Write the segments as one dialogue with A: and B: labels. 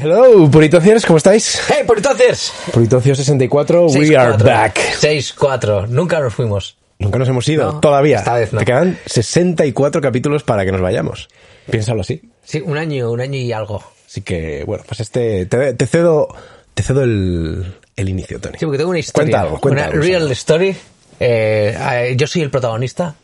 A: Hello, puritocios, ¿cómo estáis?
B: ¡Hey, por entonces!
A: Puritocios64, we
B: 6-4.
A: are back.
B: 6-4. Nunca nos fuimos.
A: Nunca nos hemos ido,
B: No,
A: todavía.
B: esta vez no.
A: Te quedan 64 capítulos para que nos vayamos. Piénsalo así.
B: Sí, un año, un año y algo.
A: Así que, bueno, pues este. Te, te cedo, te cedo el, el inicio, Tony.
B: Sí, porque tengo una historia.
A: Cuenta algo, cuenta
B: una
A: algo,
B: real
A: Sara.
B: story. Eh, eh, yo soy el protagonista.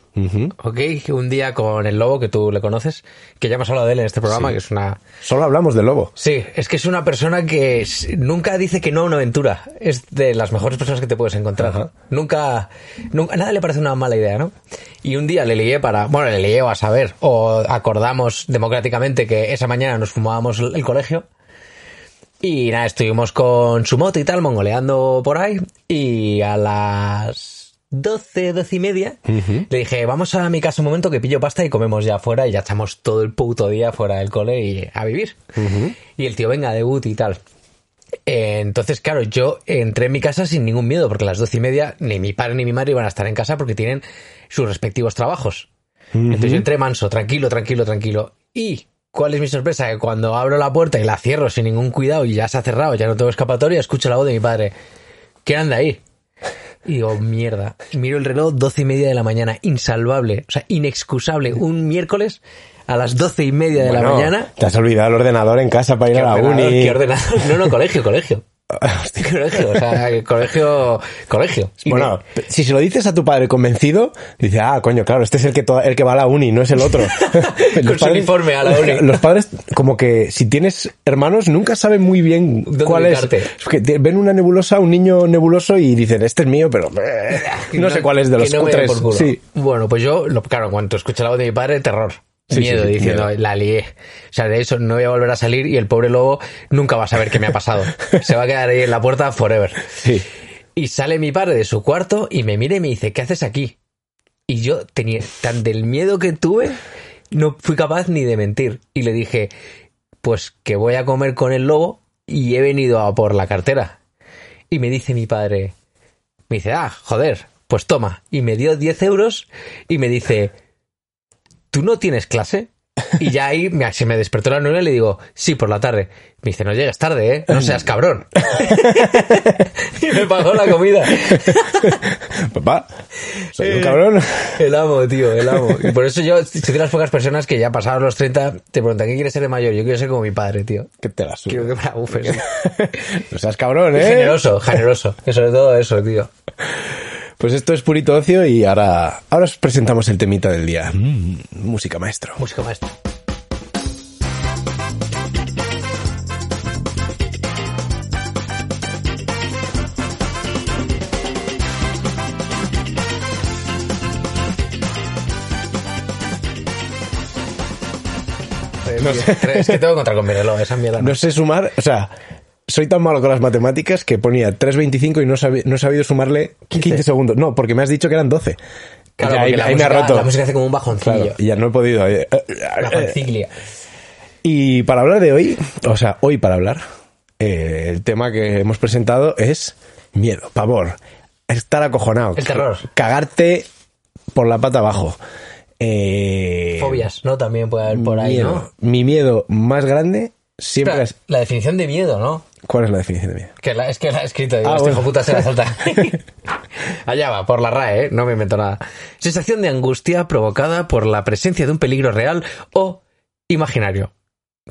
B: Ok, que un día con el lobo que tú le conoces, que ya hemos hablado de él en este programa, que es una.
A: Solo hablamos del lobo.
B: Sí, es que es una persona que s- nunca dice que no a una aventura. Es de las mejores personas que te puedes encontrar. Nunca, nunca, nada le parece una mala idea, ¿no? Y un día le ligué para, bueno, le ligué a saber, o acordamos democráticamente que esa mañana nos fumábamos el el colegio. Y nada, estuvimos con su moto y tal, mongoleando por ahí. Y a las 12, 12 y media, le dije, vamos a mi casa un momento que pillo pasta y comemos ya afuera. Y ya estamos todo el puto día fuera del cole y a vivir. Y el tío, venga, debut y tal. Eh, Entonces, claro, yo entré en mi casa sin ningún miedo, porque a las doce y media ni mi padre ni mi madre iban a estar en casa porque tienen sus respectivos trabajos. Entonces yo entré manso, tranquilo, tranquilo, tranquilo. Y, ¿cuál es mi sorpresa? Que cuando abro la puerta y la cierro sin ningún cuidado y ya se ha cerrado, ya no tengo escapatoria, escucho la voz de mi padre. ¿Quién anda ahí? Y digo, mierda. Miro el reloj, doce y media de la mañana, insalvable, o sea, inexcusable. Un miércoles a las doce y media de la
A: Bueno,
B: mañana.
A: Te has olvidado el ordenador en casa para ir a la
B: ordenador?
A: uni.
B: ¿Qué ordenador? No, no, colegio, colegio. colegio, o sea, que colegio, colegio. Y
A: Bueno, si se lo dices a tu padre convencido, dice, ah, coño, claro, este es el que, to- el que va a la uni, no es el otro.
B: Con su uniforme a la uni.
A: Los padres, como que si tienes hermanos, nunca saben muy bien
B: ¿Dónde
A: cuál es.
B: ubicarte?
A: Es que te- ven una nebulosa, un niño nebuloso y dicen, este es mío, pero eh,
B: que
A: no, sé cuál es de
B: que
A: los
B: no me den
A: cutres.
B: por culo.
A: Sí.
B: Bueno, pues yo, lo, claro, en cuanto escuché la voz de mi padre, terror.
A: Sí,
B: miedo,
A: sí, sí,
B: diciendo,
A: miedo.
B: la lié. O sea, de eso no voy a volver a salir y el pobre lobo nunca va a saber qué me ha pasado. Se va a quedar ahí en la puerta forever.
A: Sí.
B: Y sale mi padre de su cuarto y me mira y me dice, ¿qué haces aquí? Y yo tenía tan del miedo que tuve, no fui capaz ni de mentir. Y le dije, pues que voy a comer con el lobo y he venido a por la cartera. Y me dice mi padre, me dice, ah, joder, pues toma. Y me dio 10 euros y me dice, ¿tú no tienes clase? Y ya ahí me, se me despertó la nueva y le digo, sí, por la tarde. Me dice, no llegues tarde, ¿eh? No seas cabrón. y me pagó la comida.
A: Papá, soy un
B: Eh.
A: cabrón.
B: El amo, tío, el amo. Y por eso yo soy de las pocas personas que ya pasados los 30 te preguntan, ¿qué quieres ser de mayor? Yo quiero ser como mi padre, tío.
A: Que te la suda.
B: Quiero que me la bufes.
A: No seas cabrón, eh.
B: Generoso, generoso. Que sobre todo eso, tío.
A: Pues esto es Purito Ocio y ahora, ahora os presentamos el temita del día. Mm, música maestro.
B: Música maestra.
A: No sé.
B: Eh, Es que tengo que contar con Mirelo, esa mierda. no.
A: No sé sumar, o sea, soy tan malo con las matemáticas que ponía 3.25 y no, sabi- no he sabido sumarle 15. segundos. No, porque me has dicho que eran 12.
B: Claro,
A: Ya,
B: porque
A: ahí,
B: la
A: ahí
B: música,
A: me ha roto.
B: La música hace como un bajoncillo.
A: Claro, y ya no he podido. eh, eh, eh.
B: Bajonciglia.
A: Y para hablar de hoy, o sea, hoy para hablar, eh, el tema que hemos presentado es miedo, pavor, estar acojonado.
B: El terror.
A: Cagarte por la pata abajo. Eh,
B: Fobias, ¿no? También puede haber por ahí,
A: miedo.
B: ¿no?
A: Mi miedo más grande siempre
B: Espera,
A: es...
B: La definición de miedo, ¿no?
A: ¿Cuál es la definición de miedo?
B: Que la, es que la he escrito, digo,
A: Ah,
B: este
A: bueno.
B: hijoputa se la salta. Allá va, por la RAE, ¿eh? no me invento nada. Sensación de angustia provocada por la presencia de un peligro real o imaginario.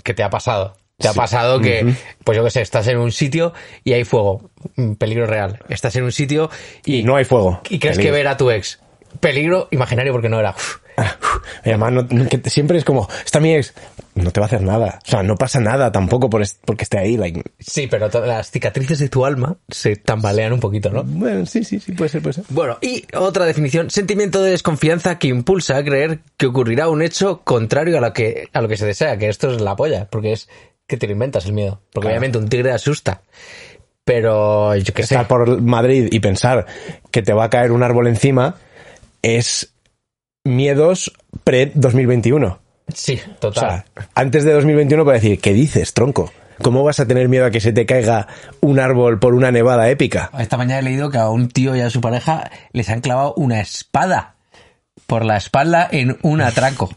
B: Que te ha pasado. Te ha pasado que, pues yo qué sé, estás en un sitio y hay fuego. Mm, Peligro real. Estás en un sitio y,
A: Y no hay fuego.
B: y crees que
A: Peligro.
B: ver a tu ex. Peligro imaginario porque no era. Uf.
A: Ah, uf. Y además, no- no- que te- siempre es como, está mi ex, no te va a hacer nada. O sea, no pasa nada tampoco por est- porque esté ahí. like,
B: Sí, pero to- las cicatrices de tu alma se tambalean un poquito, ¿no?
A: bueno, sí, sí, sí, puede ser, puede ser.
B: Bueno, y otra definición, sentimiento de desconfianza que impulsa a creer que ocurrirá un hecho contrario a lo que, a lo que se desea, que esto es la polla, porque es que te lo inventas el miedo. Porque obviamente un tigre asusta. Pero yo qué sé.
A: Estar por Madrid y pensar que te va a caer un árbol encima es miedos pre-2021.
B: Sí,
A: O sea,
B: total.
A: antes de 2021 para decir, ¿qué dices, tronco? ¿Cómo vas a tener miedo a que se te caiga un árbol por una nevada épica?
B: Esta mañana he leído que a un tío y a su pareja les han clavado una espada por la espalda en un atraco.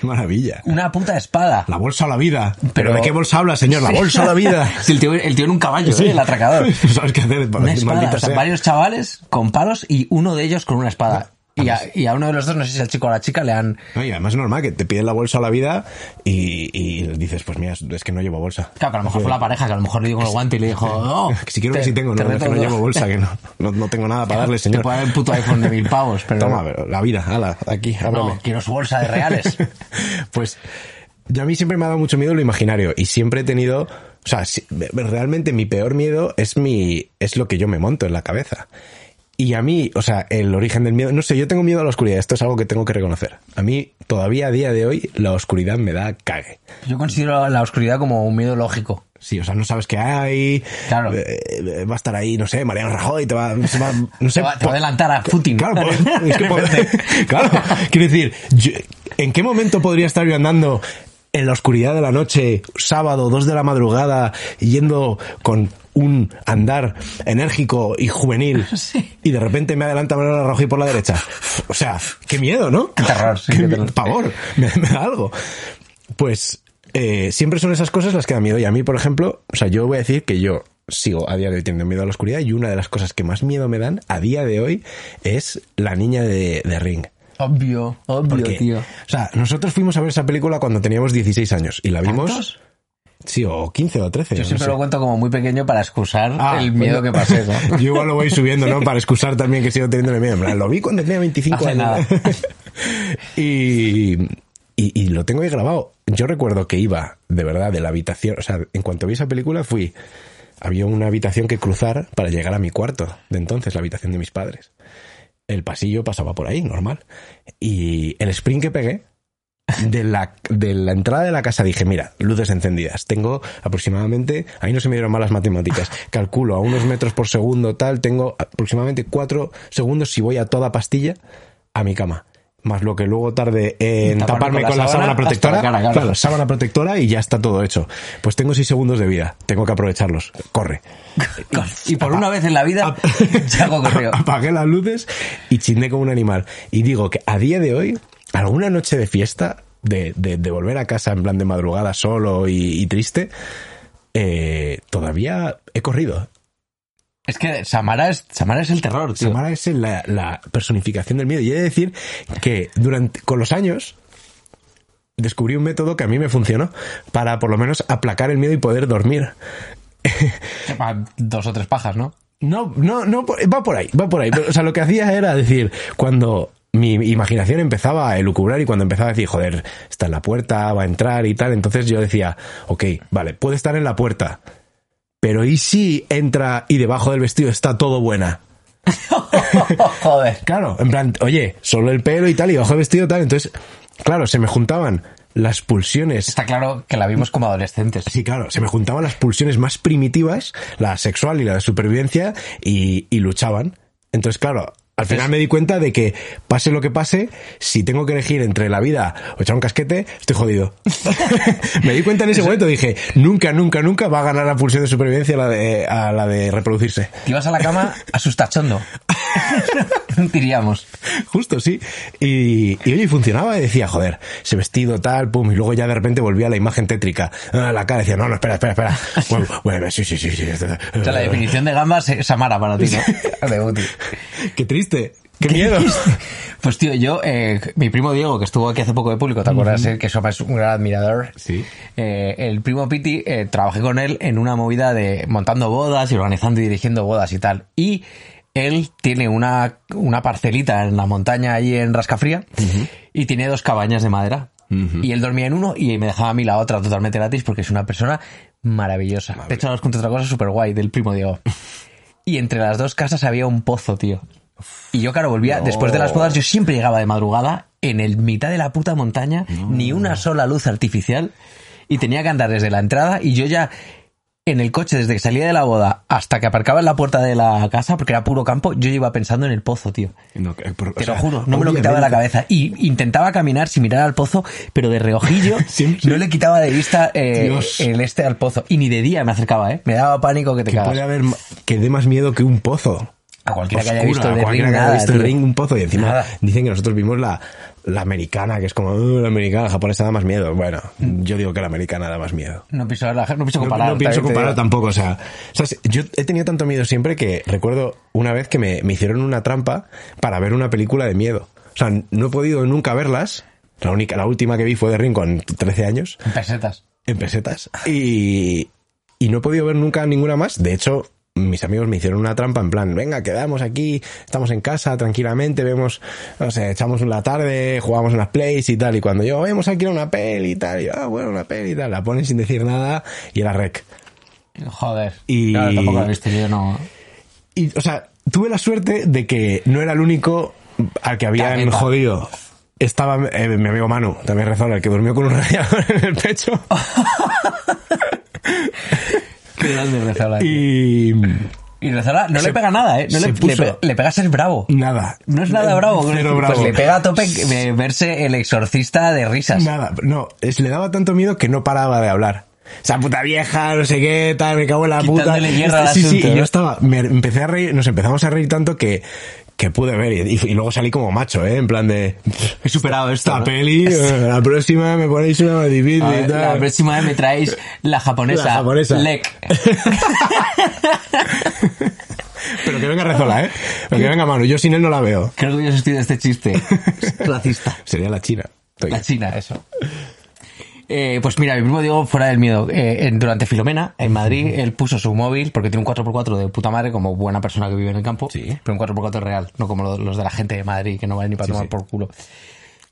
A: ¡Qué maravilla!
B: Una puta espada.
A: La bolsa a la vida. ¿Pero,
B: Pero-
A: de qué bolsa habla, señor? La bolsa a la vida.
B: Sí, el, tío, el tío en un caballo, ¿eh? el atracador.
A: ¿Sabes qué hacer?
B: Una
A: Maldita
B: espada. O sea,
A: sea.
B: varios chavales con palos y uno de ellos con una espada. Y a,
A: pues.
B: y a uno de los dos, no sé si al chico o a la chica, le han...
A: No, y además es normal que te piden la bolsa a la vida y, y dices, pues mira, es que no llevo bolsa.
B: Claro, que a lo mejor fue la pareja, que a lo mejor le dio con el guante y le dijo... No,
A: Que si quiero que
B: te-
A: sí tengo,
B: te
A: no, es
B: reto
A: que no
B: dos".
A: llevo bolsa, que no, no, no tengo nada para darle,
B: Te
A: señor.
B: puede dar un puto iPhone de mil pavos, pero...
A: Toma,
B: no.
A: pero la vida, ala, aquí, ábrame.
B: no, quiero su bolsa de reales.
A: pues yo a mí siempre me ha dado mucho miedo lo imaginario y siempre he tenido, o sea, si- realmente mi peor miedo es mi es lo que yo me monto en la cabeza. Y a mí, o sea, el origen del miedo, no sé, yo tengo miedo a la oscuridad, esto es algo que tengo que reconocer. A mí todavía a día de hoy la oscuridad me da cague.
B: Yo considero la oscuridad como un miedo lógico.
A: Sí, o sea, no sabes qué hay.
B: Claro.
A: eh, eh, va a estar ahí, no sé, Mariano Rajoy, te va, se va- no sé.
B: Te va, te va
A: po-
B: a adelantar a Putin.
A: Pues, Claro, po- es que pues- po- claro, quiero decir, yo- ¿en qué momento podría estar yo andando en la oscuridad de la noche, sábado, dos de la madrugada, yendo con un andar enérgico y juvenil
B: Sí.
A: y de repente me adelanta Mariano Rajoy por la derecha? O sea, qué miedo, ¿no?
B: Qué terror, sí,
A: Qué
B: qué
A: mi-
B: terror.
A: pavor, me, me da algo. Pues eh, siempre son esas cosas las que dan miedo. Y a mí, por ejemplo, o sea, yo voy a decir que yo sigo a día de hoy teniendo miedo a la oscuridad y una de las cosas que más miedo me dan a día de hoy es la niña de, de Ring.
B: Obvio, obvio,
A: Porque,
B: tío.
A: O sea, nosotros fuimos a ver esa película cuando teníamos 16 años y la vimos,
B: ¿Tantos?
A: sí, o 15 o 13.
B: Yo
A: no
B: siempre
A: sé.
B: lo cuento como muy pequeño para excusar
A: Ah,
B: el miedo
A: bueno.
B: que pasé, ¿no?
A: Yo igual lo voy subiendo, ¿no? Para excusar también que sigo teniendo miedo. En plan, Lo vi cuando tenía 25
B: Hace
A: años. y, y- y lo tengo ahí grabado. Yo recuerdo que iba, de verdad, de la habitación. O sea, en cuanto vi esa película, fui. Había una habitación que cruzar para llegar a mi cuarto de entonces, la habitación de mis padres. El pasillo pasaba por ahí, normal. Y el sprint que pegué, de la, de la entrada de la casa dije, mira, luces encendidas. Tengo aproximadamente, ahí no se me dieron malas matemáticas, calculo a unos metros por segundo tal, tengo aproximadamente cuatro segundos si voy a toda pastilla a mi cama. Más lo que luego tarde en taparme
B: Taparme
A: con la, sábana, protectora.
B: hasta la cara, claro.
A: Claro, sábana protectora y ya está todo hecho. Pues tengo seis segundos de vida. Tengo que aprovecharlos. Corre.
B: Y por una vez en la
A: Ah.
B: vida, ya hago correo.
A: Apagué las luces y chiné como un animal. Y digo que a día de hoy, alguna noche de fiesta, de, de- de volver a casa en plan de madrugada solo y, y triste, eh, todavía he corrido.
B: Es que Samara es, Samara es el terror, tío.
A: Samara es la, la personificación del miedo. Y he de decir que durante, con los años descubrí un método que a mí me funcionó para por lo menos aplacar el miedo y poder dormir.
B: Ah, Dos o tres pajas, ¿no?
A: No, no, no, por- va por ahí, va por ahí. Pero, o sea, lo que hacía era decir, cuando mi imaginación empezaba a elucubrar y cuando empezaba a decir, joder, está en la puerta, va a entrar y tal, entonces yo decía, ok, vale, puede estar en la puerta, pero ¿y si entra y debajo del vestido está todo buena?
B: Joder.
A: Claro, en plan, oye, solo el pelo y tal, y debajo del vestido tal, entonces, claro, se me juntaban las pulsiones
B: Está claro que la vimos como adolescentes.
A: Sí, claro, se me juntaban las pulsiones más primitivas, la sexual y la de supervivencia, y, y luchaban. Entonces, claro, al final me di cuenta de que, pase lo que pase, si tengo que elegir entre la vida o echar un casquete, estoy jodido. me di cuenta en ese momento, dije, nunca, nunca, nunca va a ganar la pulsión de supervivencia a la de, eh, a la de reproducirse.
B: Te ibas a la cama asustachondo. Diríamos.
A: Justo, sí. Y, y oye, funcionaba y decía, joder, ese vestido tal, pum, y luego ya de repente volvía a la imagen tétrica. Ah, la cara decía, no, no, espera, espera, espera. Bueno, bueno, sí, sí, este, sí, sí.
B: O sea, la definición de gamba es Samara para ti, ¿no? De útil.
A: Qué triste. Qué, miedo.
B: Pues tío, yo, eh, mi primo Diego, que estuvo aquí hace poco de público, ¿te acuerdas? eh? Que Sopa es un gran admirador.
A: Sí.
B: Eh, el primo Piti, eh, trabajé con él en una movida de montando bodas y organizando y dirigiendo bodas y tal. Y él tiene una, una parcelita en la montaña allí en Rascafría y tiene dos cabañas de madera. Y él dormía en uno y me dejaba a mí la otra totalmente gratis porque es una persona maravillosa. De hecho, ahora os conté otra cosa súper guay del primo Diego. Y entre las dos casas había un pozo, tío. Y yo, claro, volvía, después de las bodas, yo siempre llegaba de madrugada en el mitad de la puta montaña, ni una sola luz artificial. y tenía que andar desde la entrada y yo ya en el coche desde que salía de la boda hasta que aparcaba en la puerta de la casa porque era puro campo, yo iba pensando en el pozo, tío.
A: No, que- por- o
B: Te
A: sea,
B: lo juro, no me lo quitaba de la
A: obviamente.
B: cabeza. Y intentaba caminar sin mirar al pozo, pero de reojillo
A: Siempre.
B: no le quitaba de vista eh,
A: Dios.
B: el este al pozo. Y ni de día me acercaba, ¿eh? Me daba pánico que te
A: Que
B: cagas.
A: puede haber ma- que dé más miedo que un pozo.
B: A cualquiera que haya
A: Oscura,
B: visto
A: a
B: de
A: cualquiera
B: Ring,
A: que haya
B: nada,
A: visto de
B: tío.
A: Ring un pozo y encima
B: Nada.
A: dicen que nosotros vimos la, la americana, que es como "Uh, la americana, la japonesa da más miedo. Bueno,
B: Mm.
A: yo digo que la americana da más miedo.
B: No pienso, relajar, no pienso
A: No-
B: comparar.
A: no, pienso
B: también te
A: comparar
B: digo.
A: tampoco. O sea, ¿sabes? yo he tenido tanto miedo siempre que recuerdo una vez que me, me hicieron una trampa para ver una película de miedo. O sea, no he podido nunca verlas. La, única, la última que vi fue de Ring con 13 años
B: Pesetas.
A: en pesetas. Y, y no he podido ver nunca ninguna más. De hecho, mis amigos me hicieron una trampa en plan, venga, quedamos aquí, estamos en casa tranquilamente, vemos, no sé, echamos la tarde, jugamos unas plays y tal. Y cuando yo, vemos aquí una peli y tal, y yo, ah, bueno, una peli y tal, la ponen sin decir nada y era rec.
B: Joder.
A: Y-
B: Claro, tampoco lo he visto yo, no.
A: Y, o sea, tuve la suerte de que no era el único al que habían
B: Caneta.
A: jodido. Estaba eh, mi amigo Manu, también rezola, el que durmió con un radiador en el pecho.
B: Qué grande Rezola. tío.
A: Y
B: Y Rezola no
A: se-
B: le pega nada, ¿eh? No
A: se
B: le,
A: puso-
B: le pe- le pegas es bravo.
A: nada.
B: No es nada bravo.
A: Cero
B: pues
A: bravo.
B: le pega a tope que- de verse el exorcista de risas.
A: Nada, no, es, le daba tanto miedo que no paraba de hablar. Esa puta vieja, no sé qué, tal, me cago en la puta.
B: Quitándole hierro al
A: sí, sí,
B: asunto,
A: y
B: ¿no?
A: yo estaba, me empecé a reír, nos empezamos a reír tanto que, que pude ver y, y luego salí como macho, ¿eh? En plan de,
B: He superado esto.
A: esta peli, eh, la próxima me ponéis una más difícil
B: A
A: y
B: ver, la
A: tal.
B: próxima vez me traéis la japonesa.
A: La japonesa.
B: Lek.
A: Pero que venga Rezola, ¿eh? Pero que venga Manu, yo sin él no la veo.
B: Creo que yo estoy de este chiste. Racista.
A: Sería la China. Estoy-
B: La China, eso. Eh, pues mira, el mismo Diego fuera del miedo. Eh, en- durante Filomena, en Madrid, él puso su móvil, porque tiene un 4x4 de puta madre, como buena persona que vive en el campo,
A: Sí.
B: pero un 4x4 real, no como lo- los de la gente de Madrid, que no valen ni para tomar
A: sí.
B: por culo.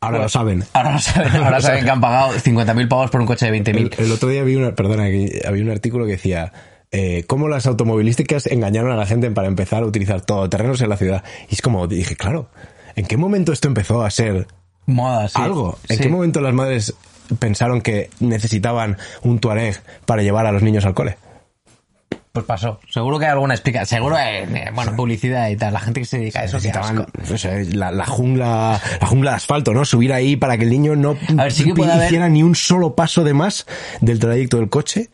A: Ahora lo saben.
B: Ahora lo saben, ahora saben que han pagado 50.000 pavos por un coche de 20.000.
A: El, el otro día vi una, perdona, que había un artículo que decía eh, cómo las automovilísticas engañaron a la gente para empezar a utilizar todoterrenos en la ciudad. Y es como, dije, claro, ¿en qué momento esto empezó a ser
B: Moda, sí.
A: algo? ¿En
B: Sí.
A: qué momento las madres pensaron que necesitaban un tuareg para llevar a los niños al cole?
B: Pues pasó. Seguro que hay alguna explicación. Seguro, eh, eh, bueno, publicidad y tal. La gente que se dedica a eso. qué
A: Necesitaban
B: asco.
A: no sé, pues, la, la jungla la jungla de asfalto, ¿no? Subir ahí para que el niño no
B: A ver, sí que puede haber-
A: hiciera ni un solo paso de más del trayecto del coche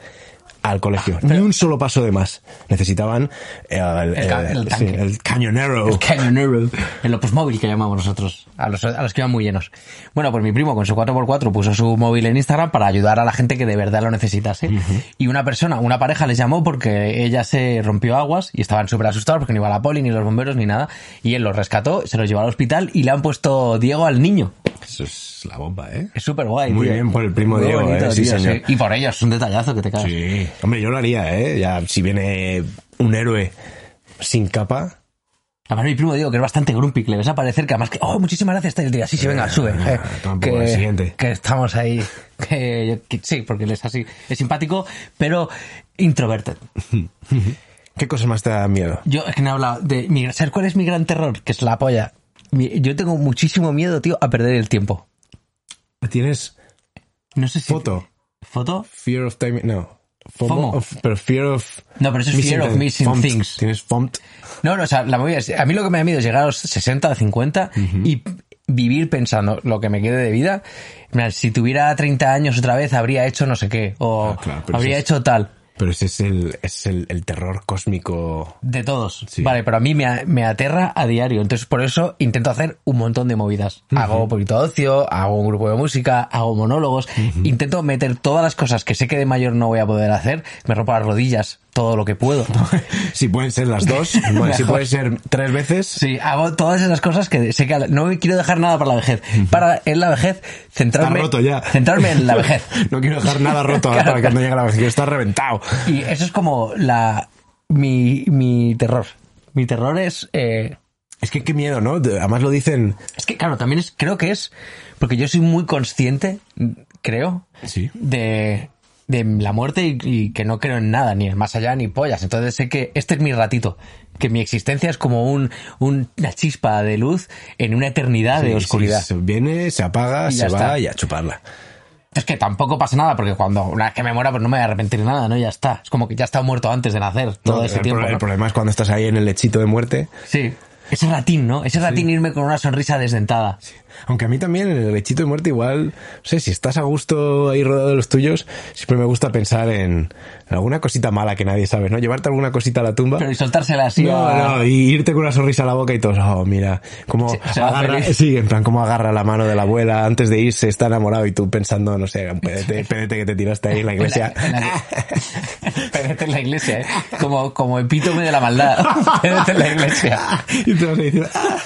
A: al colegio. ni un solo paso de más. Necesitaban eh, el,
B: ca-
A: eh,
B: Ah, el
A: sí,
B: tanque.
A: el cañonero.
B: El cañonero. El Opus móvil que llamamos nosotros. A los, a los que iban muy llenos. Bueno, pues mi primo con su 4x4 puso su móvil en Instagram para ayudar a la gente que de verdad lo necesitase. Y una persona, una pareja les llamó porque ella se rompió aguas y estaban súper asustados porque no iba la poli, ni los bomberos, ni nada. Y él los rescató, se los llevó al hospital y le han puesto Diego al niño.
A: Eso es la bomba, ¿eh?
B: Es súper guay.
A: Muy bien por el primo Diego, eh, sí, señor.
B: Y por ellos, es un detallazo que te cagas.
A: Sí. Hombre, yo lo haría, ¿eh? Ya, si viene un héroe sin capa.
B: Además, mi primo digo que es bastante grumpy, que le ves aparecer, que además que, oh, muchísimas gracias, tal, y diga, sí, sí, venga, sube. eh,
A: tampoco, el siguiente.
B: que, que estamos ahí. Que, que- sí, porque él es así, es simpático, pero introverted.
A: ¿Qué cosas más te dan miedo?
B: Yo es que no he hablado de. mi- ¿Sabes cuál es mi gran terror? Que es la polla. Mi- yo tengo muchísimo miedo, tío, a perder el tiempo.
A: ¿Tienes
B: No sé si.
A: foto?
B: ¿Foto?
A: Fear of time. No.
B: FOMO.
A: of- pero fear of.
B: No, pero eso es fear of
A: things.
B: missing
A: Fomt.
B: things.
A: Tienes FOMT.
B: No, no, o sea, la movida es, a mí lo que me da miedo es llegar a los 60, 50 y vivir pensando lo que me quede de vida. En plan, si tuviera 30 años otra vez, habría hecho no sé qué, o
A: Ah, claro, pero eso
B: habría
A: es-
B: hecho tal.
A: Pero ese es el, es el, el terror cósmico.
B: De todos.
A: Sí.
B: Vale, pero a mí me, a- me aterra a diario. Entonces, por eso intento hacer un montón de movidas. Hago un poquito de ocio, hago un grupo de música, hago monólogos. Intento meter todas las cosas que sé que de mayor no voy a poder hacer. Me rompo las rodillas, todo lo que puedo.
A: Si pueden ser las dos, bueno, si
B: Mejor.
A: pueden ser tres veces.
B: Sí, hago todas esas cosas que sé que no me quiero dejar nada para la vejez. Para en la vejez centrarme,
A: Está roto ya.
B: centrarme en la vejez.
A: No quiero dejar nada roto para que cuando llegue la vez que está reventado.
B: Y eso es como la mi, mi terror. Mi terror es eh,
A: Es que qué miedo, ¿no? De- Además lo dicen.
B: es que claro también es creo que es porque yo soy muy consciente creo
A: Sí.
B: de de la muerte y, y que no creo en nada, ni en más allá, ni pollas. Entonces sé que este es mi ratito, que mi existencia es como un, un- una chispa de luz en una eternidad de oscuridad.
A: Sí, se viene, se apaga,
B: Y
A: se
B: ya
A: va
B: está.
A: y a chuparla.
B: Es que tampoco pasa nada, porque cuando una vez que me muera, pues no me voy a arrepentir de nada, ¿no? Ya está. Es como que ya estaba muerto antes de nacer todo
A: No,
B: ese
A: el,
B: tiempo.
A: pro- el
B: ¿no?
A: problema es cuando estás ahí en el lechito de muerte.
B: Sí. Ese ratín, ¿no? Ese ratín irme con una sonrisa desdentada.
A: Aunque a mí también en el lechito de muerte igual, no sé, si estás a gusto ahí rodeado de los tuyos, siempre me gusta pensar en alguna cosita mala que nadie sabe, ¿no? Llevarte alguna cosita a la tumba.
B: Pero y soltársela así.
A: no,
B: a-
A: no, y irte con una sonrisa a la boca y todo, oh, mira, como
B: Se- se va
A: agarra,
B: feliz.
A: sí, en plan, como agarra la mano de la abuela antes de irse, está enamorado y tú pensando, no sé, un pedete, pedete que te tiraste ahí en la
B: en la-
A: iglesia.
B: en la- Pérdete en la iglesia, ¿eh? Como, como epítome de la maldad. Pérdete en la iglesia.
A: y te vas a decir, "Ah".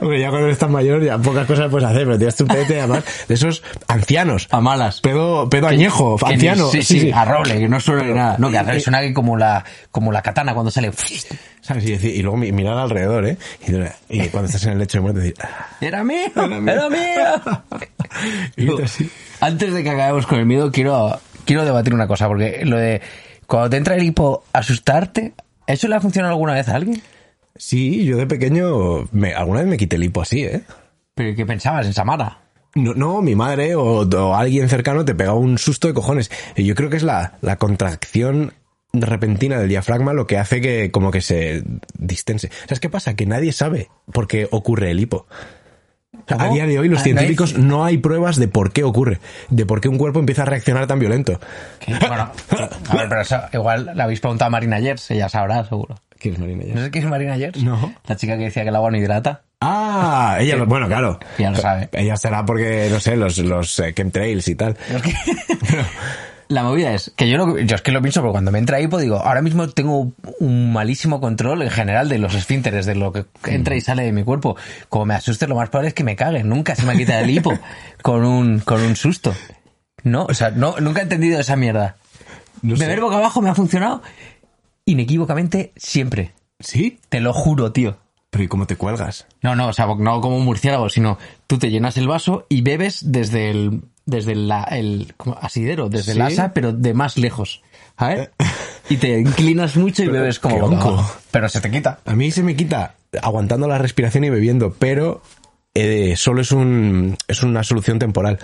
A: hombre, ya cuando estás mayor, ya pocas cosas puedes hacer, pero tiras tu pedete, además, de esos ancianos.
B: A malas.
A: Pedo, pedo añejo,
B: Que ni-
A: anciano. Eh,
B: Sí, sí, a roble, que no suena ni nada. No, que a roble suena que como la, como la katana cuando sale.
A: ¿Sabes? Y, decir- y luego mi- mirar alrededor, ¿eh? Y, dura- y cuando estás en el lecho de muerte, decir, "Ah".
B: ¡Era mío!
A: Era mío.
B: ¡Era mío!
A: Y tú así.
B: Antes de que acabemos con el miedo, quiero, quiero debatir una cosa, porque lo de cuando te entra el hipo, asustarte, ¿eso le ha funcionado alguna vez a alguien?
A: Sí, yo de pequeño, me- alguna vez me quité el hipo así, ¿eh?
B: ¿Pero qué pensabas en Samara?
A: No, no, mi madre o, o alguien cercano te pegaba un susto de cojones. Y yo creo que es la, la contracción repentina del diafragma lo que hace que como que se distense. ¿Sabes qué pasa? Que nadie sabe por qué ocurre el hipo. O sea, A
B: ¿Cómo?
A: día de hoy los
B: Ah, no hay-
A: científicos no hay pruebas de por qué ocurre, de por qué un cuerpo empieza a reaccionar tan violento.
B: Que, bueno, a ver, pero eso igual la habéis preguntado a Marina Yers, ella sabrá, seguro.
A: ¿Quién es Marina
B: ¿No sé qué es Marina Yers?
A: No.
B: La chica que decía que el agua no hidrata.
A: Ah, ella lo, bueno, claro.
B: Ya lo sabe.
A: Ella será porque, no sé, los, los eh, chemtrails y tal.
B: Yo es que- La movida es que yo, lo, yo es que lo pienso, porque cuando me entra hipo digo, ahora mismo tengo un malísimo control en general de los esfínteres, de lo que entra y sale de mi cuerpo. Como me asuste, lo más probable es que me cague. Nunca se me quita el hipo con un, con un susto. No, o sea, no, nunca he entendido esa mierda.
A: No sé.
B: Beber boca abajo me ha funcionado inequívocamente siempre.
A: ¿Sí?
B: Te lo juro, tío.
A: Pero ¿y cómo te cuelgas?
B: No, no, o sea, no como un murciélago, sino tú te llenas el vaso y bebes desde el desde el, la- el como asidero, desde el
A: Sí.
B: asa, pero de más lejos. A ver. Y te inclinas mucho y bebes como
A: qué
B: boca
A: onco.
B: abajo. Pero se te quita.
A: A mí se me quita aguantando la respiración y bebiendo, pero eh, solo es un es una solución temporal.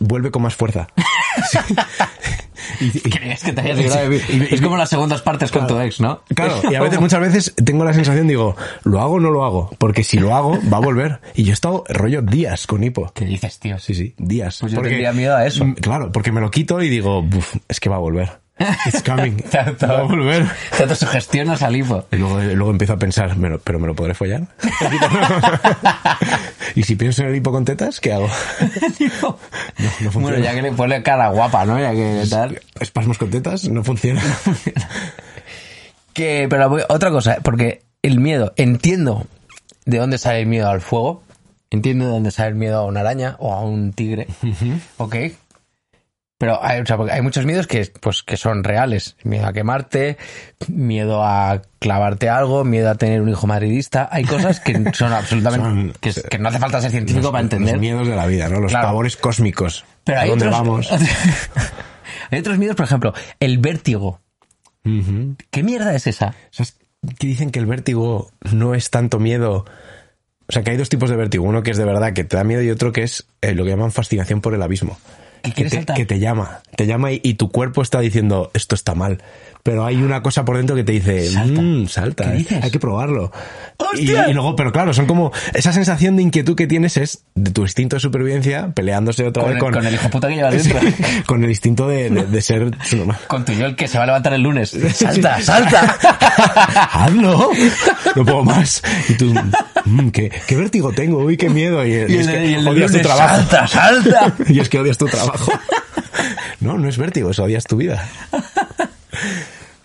A: Vuelve con más fuerza. Sí. Y- y-
B: ¿Crees que te hayas librado de vivir? Es como las segundas partes con tu ex, ¿no?
A: Claro,
B: Es
A: y a veces,
B: como-
A: muchas veces tengo la sensación, digo, ¿lo hago o no lo hago? Porque si lo hago, va a volver. Y yo he estado rollo días con hipo.
B: ¿Qué dices, tío?
A: Sí, sí, días.
B: Pues yo tendría miedo a eso.
A: Mm, Claro, porque me lo quito y digo, "Buf, es que va a volver. It's coming. va a volver.
B: Te autosugestionas al hipo.
A: Y luego, luego empiezo a pensar, "Me lo- ¿pero me lo podré follar? y si pienso en el hipo con tetas, ¿qué hago?
B: Tío.
A: no funciona.
B: bueno, ya que le pone cara guapa, ¿no? Ya que tal.
A: ¿Espasmos con tetas? No funciona.
B: Que, pero voy- otra cosa, eh, porque el miedo, entiendo de dónde sale el miedo al fuego, entiendo de dónde sale el miedo a una araña o a un tigre, ok. Pero hay, o sea, porque hay muchos miedos que, pues, que son reales. Miedo a quemarte, miedo a clavarte algo, miedo a tener un hijo madridista. Hay cosas que son absolutamente...
A: Son-
B: que, que no hace falta ser científico para entender.
A: Los miedos de la vida, ¿no? Los
B: Claro.
A: pavores cósmicos.
B: Pero
A: ¿A
B: hay
A: dónde
B: otros,
A: vamos?
B: hay otros miedos, por ejemplo, el vértigo.
A: Ujú.
B: ¿Qué mierda es esa?
A: ¿Sabes que dicen que el vértigo no es tanto miedo? O sea, que hay dos tipos de vértigo. Uno que es de verdad, que te da miedo, y otro que es eh, lo que llaman fascinación por el abismo.
B: ¿Que
A: Que
B: quieres
A: te,
B: saltar?
A: que te llama, te llama y, y tu cuerpo está diciendo, esto está mal. Pero hay una cosa por dentro que te dice,
B: Salta.
A: "Mm, salta,
B: ¿Qué
A: eh,
B: dices?
A: hay que probarlo. Y,
B: ¡Hostia!
A: y luego, pero claro, son como, esa sensación de inquietud que tienes es de tu instinto de supervivencia peleándose otra
B: Con
A: vez
B: el-
A: con,
B: con el hijo puta que llevas
A: Sí,
B: dentro.
A: con el instinto de, de- de ser su normal.
B: Con tu yo el que se va a levantar el lunes. Salta, salta.
A: hazlo, no puedo más. Y tú, "Mm, qué, qué vértigo tengo, uy, qué miedo. Y,
B: Y
A: es
B: el,
A: que
B: de- y el de
A: odias tu
B: lunes,
A: trabajo.
B: salta, salta.
A: Y es que odias tu trabajo. No, no es vértigo, es odias tu vida.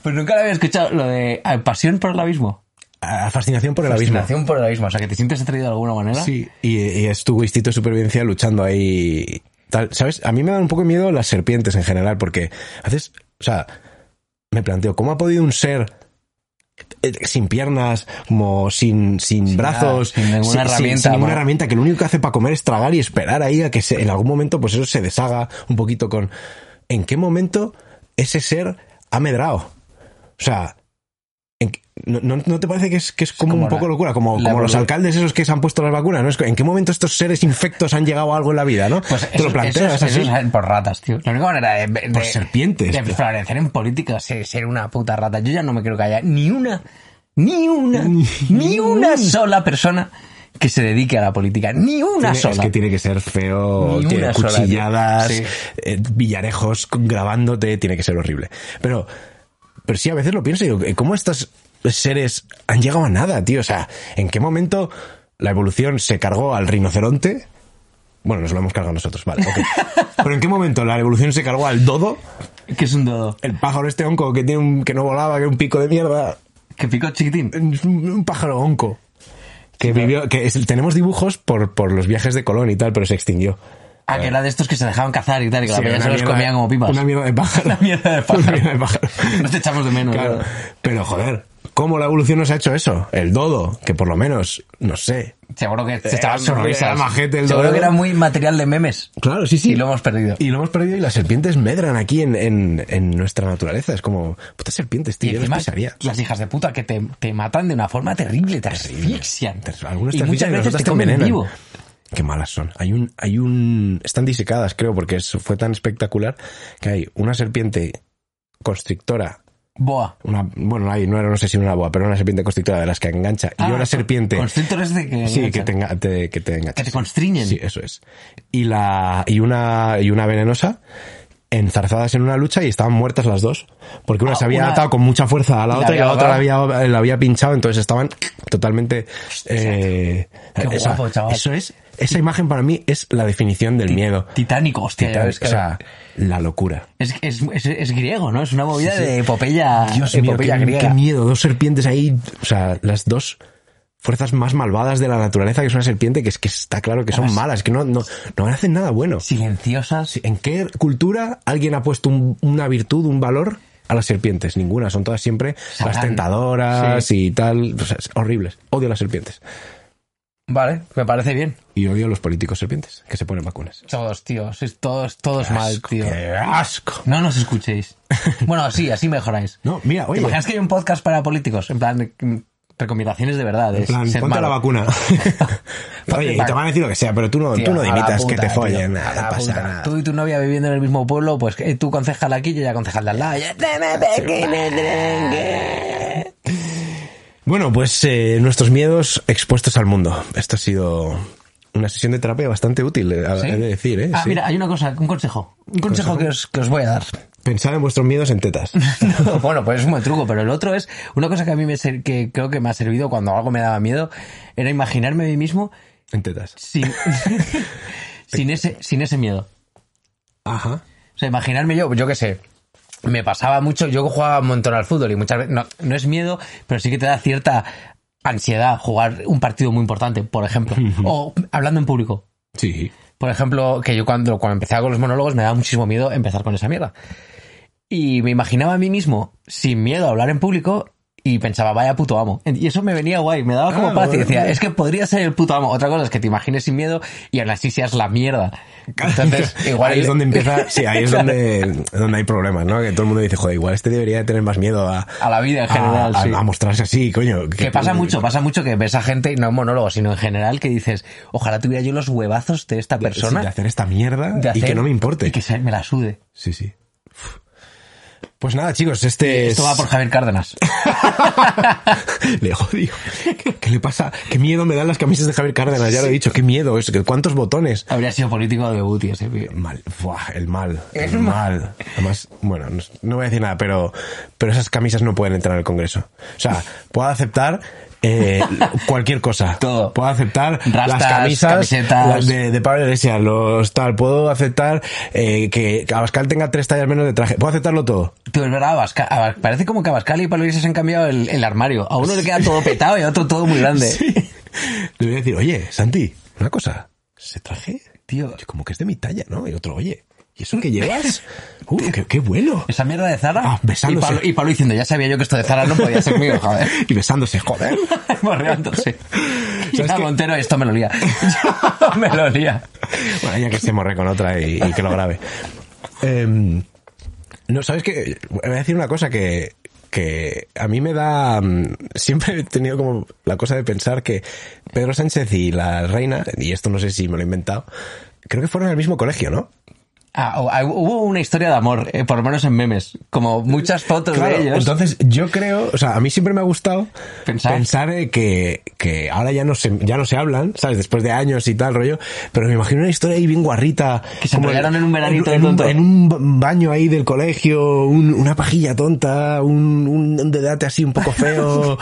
B: Pues nunca lo había escuchado lo de ah, pasión por el abismo.
A: Ah, Fascinación por el abismo.
B: Pasión por el abismo. O sea, que te sientes atraído de alguna manera.
A: Sí, y, y es tu instinto de supervivencia luchando ahí. Tal, ¿Sabes? A mí me dan un poco de miedo las serpientes en general, porque haces. O sea, me planteo, ¿cómo ha podido un ser eh, sin piernas, como sin, sin, brazos,
B: nada, sin ninguna herramienta,
A: sin ninguna
B: ¿no?
A: herramienta, que lo único que hace para comer es tragar y esperar ahí a que se- en algún momento, pues eso se deshaga un poquito con. ¿En qué momento ese ser ha medrado? O sea, en- ¿No, no, no te parece que es, que es como,
B: como
A: un poco
B: la-
A: locura? Como,
B: la
A: como los
B: evolución.
A: alcaldes esos que se han puesto las vacunas, ¿no? Es que, ¿En qué momento estos seres infectos han llegado a algo en la vida, no?
B: Pues
A: te lo planteas
B: eso es-
A: así.
B: eso es por ratas, tío. La única manera de, de-
A: Por serpientes,
B: de
A: tío.
B: florecer en política es ser una puta rata. Yo ya no me creo que haya ni una, ni una, ni una sola persona que se dedique a la política. Ni una
A: Tiene-
B: sola.
A: Es que tiene que ser feo,
B: Ni
A: tiene
B: una sola, tío.
A: cuchilladas,
B: Sí.
A: eh, villarejos grabándote, tiene que ser horrible. Pero, pero sí, a veces lo pienso y digo, eh, ¿cómo estos seres han llegado a nada, tío? O sea, ¿en qué momento la evolución se cargó al rinoceronte? Bueno, nos lo hemos cargado nosotros, vale. ok. Pero ¿en qué momento la evolución se cargó al dodo?
B: Que es un dodo.
A: El pájaro este onco que tiene un, que no volaba, que era un pico de mierda.
B: Que picó chiquitín.
A: Un, un pájaro onco. Que vivió, que es- tenemos dibujos por, por los viajes de Colón y tal, pero se extinguió.
B: Ah, que era de estos que se dejaban cazar y tal, y que la
A: Eh. Sí,
B: peña
A: una
B: se los
A: mierda-
B: comía como pipas.
A: Una mierda de pájaro.
B: Una mierda de pájaro.
A: Una mierda de pájaro.
B: Nos te echamos de menos,
A: Claro.
B: ¿no?
A: Pero joder, ¿cómo la evolución nos ha hecho eso? El dodo, que por lo menos, no sé.
B: Seguro que se
A: Eh,
B: echaban
A: hombre, era
B: sonrisas.
A: majete el
B: Seguro
A: dodo.
B: que era muy material de memes.
A: Claro, sí, sí.
B: Y lo hemos perdido.
A: Y lo hemos perdido y las serpientes medran aquí en, en- en nuestra naturaleza. Es como, putas serpientes, tío,
B: Y
A: yo las
B: encima,
A: pisaría.
B: las hijas de puta que te, te matan de una forma terrible, te asfixian.
A: Te- Algunas
B: y
A: te
B: muchas
A: asfixian y
B: veces
A: otras
B: te
A: te
B: comen
A: envenenan.
B: vivo.
A: Qué malas son. Hay un, hay un, están disecadas, creo, porque eso fue tan espectacular que hay una serpiente constrictora
B: Boa.
A: una, bueno, ahí no era, no sé si una boa, pero era una serpiente constrictora de las que engancha. y
B: Ah,
A: yo era
B: con-
A: serpiente.
B: Constrictor es de que.
A: Sí, que te, enga- te- que te engancha.
B: Que te constriñen.
A: Sí, eso es. Y la, y una, y una venenosa enzarzadas en una lucha y estaban muertas las dos. Porque una
B: Ah,
A: se había
B: una-
A: atado con mucha fuerza a la
B: la
A: otra y la
B: había
A: otra la había, la había pinchado, entonces estaban totalmente, eh,
B: Qué
A: esa-
B: guapo, chaval.
A: eso es, esa imagen para mí es la definición del miedo.
B: Titánico, hostia. ya
A: Titan-
B: ves que-
A: o sea, la locura.
B: es, es, es, es griego, ¿no? Es una movida
A: Sí, sí.
B: de epopeya,
A: Dios mío,
B: epopeya
A: qué,
B: griega.
A: qué miedo, dos serpientes ahí, o sea, las dos fuerzas más malvadas de la naturaleza, que es una serpiente, que es que está claro que son
B: Además-
A: malas, que no, no, no hacen nada bueno.
B: Silenciosas.
A: Sí, ¿En qué cultura alguien ha puesto un- una virtud, un valor a las serpientes? Ninguna, son todas siempre las
B: Satán.
A: tentadoras y tal, o sea, es horribles. Odio las serpientes.
B: Vale, me parece bien.
A: Y odio a los políticos serpientes, que se ponen vacunas.
B: Todos, tío. Sois todos, todos mal,
A: Asco,
B: tío.
A: ¡Qué asco!
B: No nos escuchéis. Bueno, así, así mejoráis.
A: No, mira,
B: ¿Te
A: oye,
B: imaginas que hay un podcast para políticos? En plan, mm, recomendaciones de verdad.
A: en
B: es
A: plan,
B: ser
A: ponte
B: malo.
A: la vacuna. oye, y te van a decir lo que sea, pero tú no,
B: Tío,
A: tú no
B: a la
A: dimitas
B: puta,
A: que te
B: tío,
A: follen.
B: a la
A: nada, pasa
B: puta.
A: nada.
B: Tú y tu novia viviendo en el mismo pueblo, pues eh, tú concejal aquí, yo ya concejal de al lado. Ya te me pequeño, tranque.
A: Bueno, pues eh, nuestros miedos expuestos al mundo. Esto ha sido una sesión de terapia bastante útil, eh,
B: ¿Sí?
A: he de decir. ¿eh?
B: Ah,
A: Sí.
B: mira, hay una cosa, un consejo. Un consejo, Que, os, que os voy a dar.
A: Pensad en vuestros miedos en tetas.
B: No, bueno, pues es un buen truco, pero el otro es una cosa que a mí me ser- que creo que me ha servido cuando algo me daba miedo, era imaginarme a mí mismo
A: en tetas.
B: sin, sin, ese, sin ese miedo.
A: Ajá.
B: O sea, imaginarme yo, yo qué sé, me pasaba mucho, yo jugaba un montón al fútbol y muchas veces, no, no es miedo, pero sí que te da cierta ansiedad jugar un partido muy importante, por ejemplo, o hablando en público.
A: Sí.
B: Por ejemplo, que yo cuando, cuando empezaba con los monólogos me daba muchísimo miedo empezar con esa mierda. Y me imaginaba a mí mismo sin miedo a hablar en público y pensaba, vaya puto amo. Y eso me venía guay, me daba como
A: Ah,
B: paz y
A: bueno,
B: decía,
A: bueno.
B: es que podría ser el puto amo. Otra cosa es que te imagines sin miedo y aún así seas la mierda. Entonces, igual
A: ahí es
B: el-
A: donde empieza, sí, ahí es donde, donde hay problemas, ¿no? Que todo el mundo dice, joder, igual este debería tener más miedo a,
B: A la vida en
A: a-
B: general,
A: a,
B: sí.
A: a mostrarse así, coño.
B: Que pasa mucho, pasa mucho que ves a gente, no en monólogos, sino en general, que dices, ojalá tuviera yo los huevazos de esta persona.
A: Sí, de hacer esta mierda y
B: de hacer-
A: que no me importe.
B: Y que se- me la sude.
A: Sí, sí. Uf. Pues nada, chicos, este
B: Esto
A: es-
B: va por Javier Cárdenas.
A: Le jodí. ¿Qué, qué le pasa? ¿Qué miedo me dan las camisas de Javier Cárdenas? Ya lo he dicho. ¿Qué miedo? Es que ¿Cuántos botones?
B: Habría sido político de Buti ese pibe.
A: Mal. Buah, el mal. El mal. Además, bueno, no, no voy a decir nada, pero, pero esas camisas no pueden entrar al Congreso. O sea, puedo aceptar eh, cualquier cosa.
B: Todo.
A: Puedo aceptar las
B: Rastas,
A: camisas
B: camisetas.
A: las de, de Pablo Iglesias, los tal. Puedo aceptar eh, que Abascal tenga tres tallas menos de traje. Puedo aceptarlo todo.
B: Tú, es verdad, Abasca- Abas- parece como que Abascal y Pablo Iglesias han cambiado el, el armario. A uno le queda todo petado y a otro todo muy grande.
A: Le voy a decir, oye, Santi, una cosa. ¿Se traje?
B: Tío.
A: Yo como que es de mi talla, ¿no? Y otro, oye, ¿y eso que llevas? ¡Uh, qué, qué bueno!
B: Esa mierda de Zara.
A: Ah, besándose.
B: Y Pablo, y Pablo diciendo, ya sabía yo que esto de Zara no podía ser mío, joder.
A: Y besándose, joder.
B: Morreándose. Y
A: ¿Sabes
B: a
A: qué?
B: Montero, esto me lo lía. Yo me lo lía.
A: Bueno, ya que se morre con otra y, y que lo grabe. Em, no, ¿sabes qué? Voy a decir una cosa que, que que a mí me da... mm, Siempre he tenido como la cosa de pensar que Pedro Sánchez y la reina, y esto no sé si me lo he inventado, creo que fueron al mismo colegio, ¿no?
B: Ah, o- ah, hubo una historia de amor, eh, por lo menos en memes. Como muchas fotos
A: Claro,
B: de ellos.
A: entonces yo creo, o sea, a mí siempre me ha gustado
B: Pensar.
A: pensar, eh, que, que ahora ya no, se, ya no se hablan, ¿sabes? Después de años y tal rollo, pero me imagino una historia ahí bien guarrita.
B: Que se
A: como
B: enrollaron en un veranito
A: en,
B: de
A: un,
B: tonto.
A: en un ba- baño ahí del colegio, un- una pajilla tonta, un, un, un dedate así un poco feo,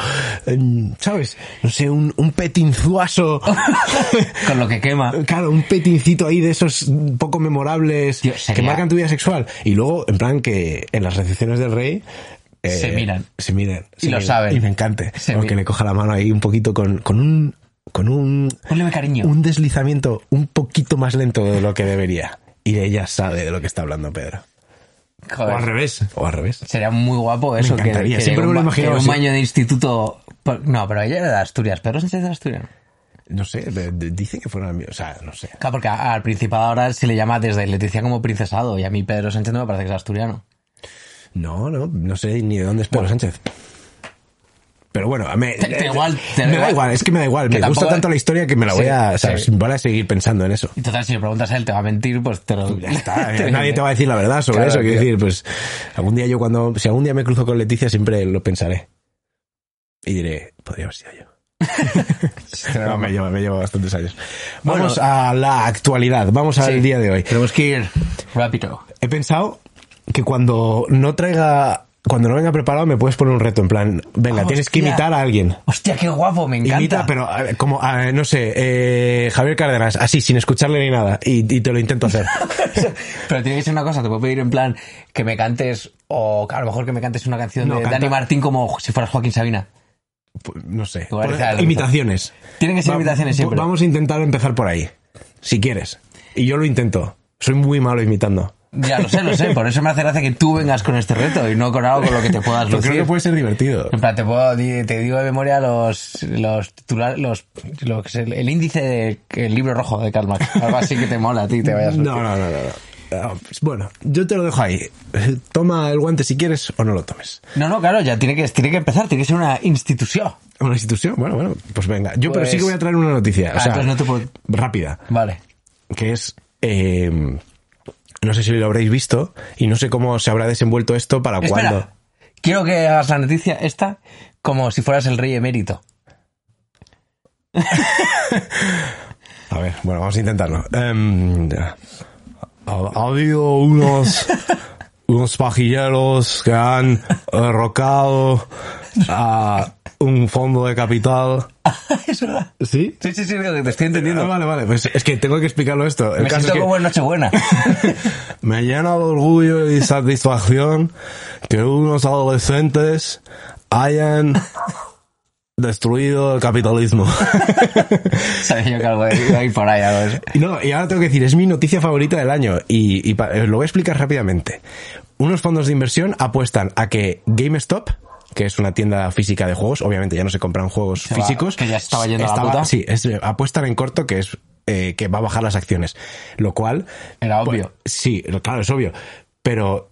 A: em, ¿sabes? No sé, un, un petinzuaso.
B: Con lo que quema.
A: Claro, un petincito ahí de esos poco memorables
B: Tío, sería-
A: que marcan tu vida sexual. Y luego, en plan, que en las recepciones del rey. eh,
B: Se miran.
A: Se miran. se
B: Y lo
A: miran.
B: saben.
A: Y me encanta.
B: Se
A: Aunque
B: mi-
A: le coja la mano ahí un poquito con, con un. con un.
B: Ponle cariño.
A: un deslizamiento un poquito más lento de lo que debería. Y ella sabe de lo que está hablando Pedro.
B: Joder.
A: revés. O al revés.
B: Sería muy guapo eso. que-
A: encantaría,
B: Que,
A: siempre
B: de
A: me lo
B: un,
A: he imaginado
B: ba- que de un
A: así.
B: baño de instituto. por- No, pero ella era de Asturias. Pedro Sánchez de Asturias.
A: No sé, de- de- dice que fueron amigos. O sea, no sé.
B: Claro, porque a- al principado ahora se le llama desde Leticia como princesado. Y a mí Pedro Sánchez no me parece que es asturiano.
A: No, no, no sé ni de dónde es Pedro Sánchez. Pero bueno, a mí, eh,
B: Te- te igual, te da
A: me
B: igual.
A: da igual, es que me da igual.
B: Que
A: Me
B: tampoco-
A: gusta tanto la historia que me la voy
B: Sí,
A: a, ¿sabes?
B: sí.
A: Voy a seguir pensando en eso.
B: Y total, si le preguntas a él, te va a mentir, pues te lo.
A: Ya está, nadie te va a decir la verdad sobre
B: Claro,
A: eso. Quiero
B: tío.
A: decir, pues algún día yo cuando, si algún día me cruzo con Leticia, siempre lo pensaré. Y diré, podría haber sido yo. No, me lleva, me lleva bastantes años.
B: Bueno.
A: Vamos a la actualidad, vamos al
B: Sí.
A: día de hoy.
B: Tenemos que ir rápido.
A: He pensado que cuando no traiga, cuando no venga preparado, me puedes poner un reto en plan, venga,
B: Ah,
A: tienes que
B: hostia.
A: imitar a alguien.
B: Hostia, qué guapo, me encanta.
A: Imita, pero a ver, como, a ver, no sé, eh, Javier Cárdenas, así, sin escucharle ni nada, y, y te lo intento hacer.
B: Pero tiene que ser una cosa, te puedo pedir en plan que me cantes, o a lo mejor que me cantes una canción
A: No,
B: de
A: canta-
B: Dani Martín como si fueras Joaquín Sabina.
A: P- Pues, no sé.
B: Igual
A: Por-
B: sea algo.
A: imitaciones.
B: Tienen que ser
A: Va-
B: imitaciones
A: po-
B: siempre.
A: Vamos a intentar empezar por ahí, si quieres. Y yo lo intento. Soy muy malo imitando.
B: Ya lo sé, lo sé, por eso me hace gracia que tú vengas con este reto y no con algo con lo que te puedas
A: Pero
B: lucir.
A: creo que puede ser divertido.
B: En plan, te, puedo, di- te digo de memoria los, los titulares, los, lo que es el, el índice del libro rojo de Karl Marx. Algo así que te mola a ti, te vayas.
A: No, no, no, no. no. Ah, pues, Bueno, yo te lo dejo ahí. Toma el guante si quieres o no lo tomes.
B: No, no, claro, ya tiene que, tiene que empezar, tiene que ser una institución.
A: ¿Una institución? Bueno, bueno, pues venga. Yo, pero sí
B: Pues-
A: que voy a traer una noticia.
B: Ah,
A: o sea,
B: entonces no te puedo-
A: rápida.
B: Vale.
A: que es. eh, no sé si lo habréis visto y no sé cómo se habrá desenvuelto esto para
B: Espera,
A: cuando.
B: quiero que hagas la noticia esta como si fueras el rey emérito.
A: A ver, bueno, vamos a intentarlo. Em, ha, ha habido unos. unos pajilleros que han derrocado a un fondo de capital.
B: es verdad.
A: ¿Sí?
B: Sí, sí, sí, digo que te estoy entendiendo.
A: Ah, vale, vale, pues es que tengo que explicarlo esto. El
B: Me
A: caso
B: siento
A: es que-
B: como en Nochebuena.
A: Me llena de orgullo y satisfacción que unos adolescentes hayan destruido el capitalismo.
B: Sabía yo que algo de iba a ir por ahí, algo de eso.
A: Y No, y ahora tengo que decir, es mi noticia favorita del año y, y pa- eh, lo voy a explicar rápidamente. Unos fondos de inversión apuestan a que GameStop, que es una tienda física de juegos, obviamente ya no se compran juegos
B: va,
A: físicos,
B: que ya se estaba yendo a la
A: estaba-
B: puta.
A: Sí, es- eh, apuestan en corto que es eh, que va a bajar las acciones, lo cual
B: Era
A: pues,
B: obvio.
A: sí, lo- claro, es obvio, pero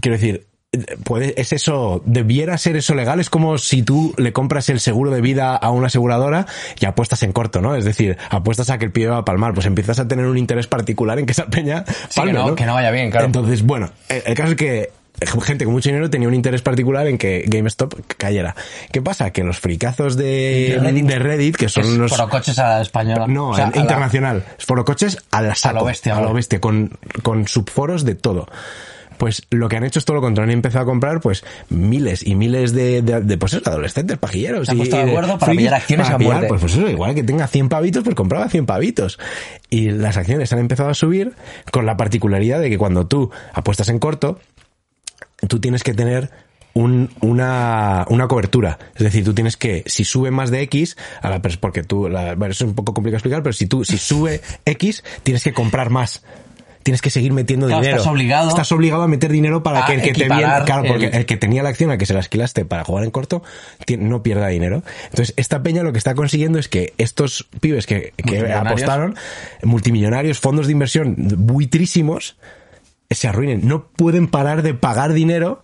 A: quiero decir eh, puede, es eso, debiera ser eso legal, es como si tú le compras el seguro de vida a una aseguradora y apuestas en corto, ¿no? Es decir, apuestas a que el pibe va a palmar, pues empiezas a tener un interés particular en que esa peña
B: Sí,
A: palme,
B: que no, que no vaya bien, claro.
A: Entonces, bueno, el, el caso es que gente con mucho dinero tenía un interés particular en que GameStop cayera. ¿Qué pasa? Que los fricazos de,
B: De Reddit.
A: de Reddit, que son
B: Es
A: unos...
B: por coches a la española.
A: No,
B: O sea,
A: en-
B: a la-
A: internacional. Foro coches a la saco,
B: A lo bestia,
A: a lo
B: vale.
A: bestia, con, con subforos de todo. Pues lo que han hecho es todo lo contrario. Han empezado a comprar pues miles y miles de, de, de, pues eso, adolescentes, pajilleros.
B: Se han
A: y-
B: puesto de
A: y
B: acuerdo para
A: frikis
B: pillar acciones
A: para
B: a
A: pillar,
B: muerte.
A: Pues, pues eso, igual que tenga 100 pavitos, pues compraba 100 pavitos. Y las acciones han empezado a subir con la particularidad de que cuando tú apuestas en corto, tú tienes que tener un- una, una cobertura. Es decir, tú tienes que, si sube más de X, a la, pers- porque tú, la- bueno, eso es un poco complicado explicar, pero si tú, si sube X, tienes que comprar más. Tienes que seguir metiendo
B: Claro,
A: dinero.
B: estás obligado.
A: Estás obligado a meter dinero para
B: A
A: que el que te
B: equiparar
A: viene- claro, porque
B: el-
A: el que tenía la acción a que se la alquilaste para jugar en corto, ti- no pierda dinero. Entonces, esta peña lo que está consiguiendo es que estos pibes que, que
B: Multimillonarios.
A: apostaron, multimillonarios, fondos de inversión buitrísimos, se arruinen. No pueden parar de pagar dinero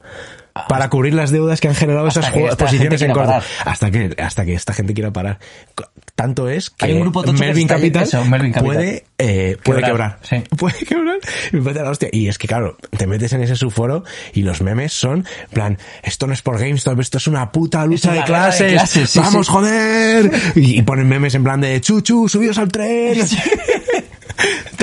A: para cubrir las deudas que han generado
B: Hasta
A: esas
B: que
A: jue-
B: esta
A: posiciones
B: gente
A: en
B: quiera
A: corto.
B: parar.
A: Hasta que, hasta que esta gente quiera parar. Co- Tanto es que
B: Hay un grupo tocho que
A: Melvin,
B: está-
A: Capital
B: eso, Melvin Capital.
A: puede, eh, puede quebrar.
B: Quebrar, sí.
A: Puede quebrar. Y me parece la hostia. Y es que, claro, te metes en ese subforo y los memes son, en plan, esto no es por GameStop, esto es una puta lucha
B: una
A: de
B: guerra de
A: clases.
B: clases, sí,
A: Vamos,
B: sí.
A: joder. Y, y ponen memes en plan de, chuchu, subíos al tren.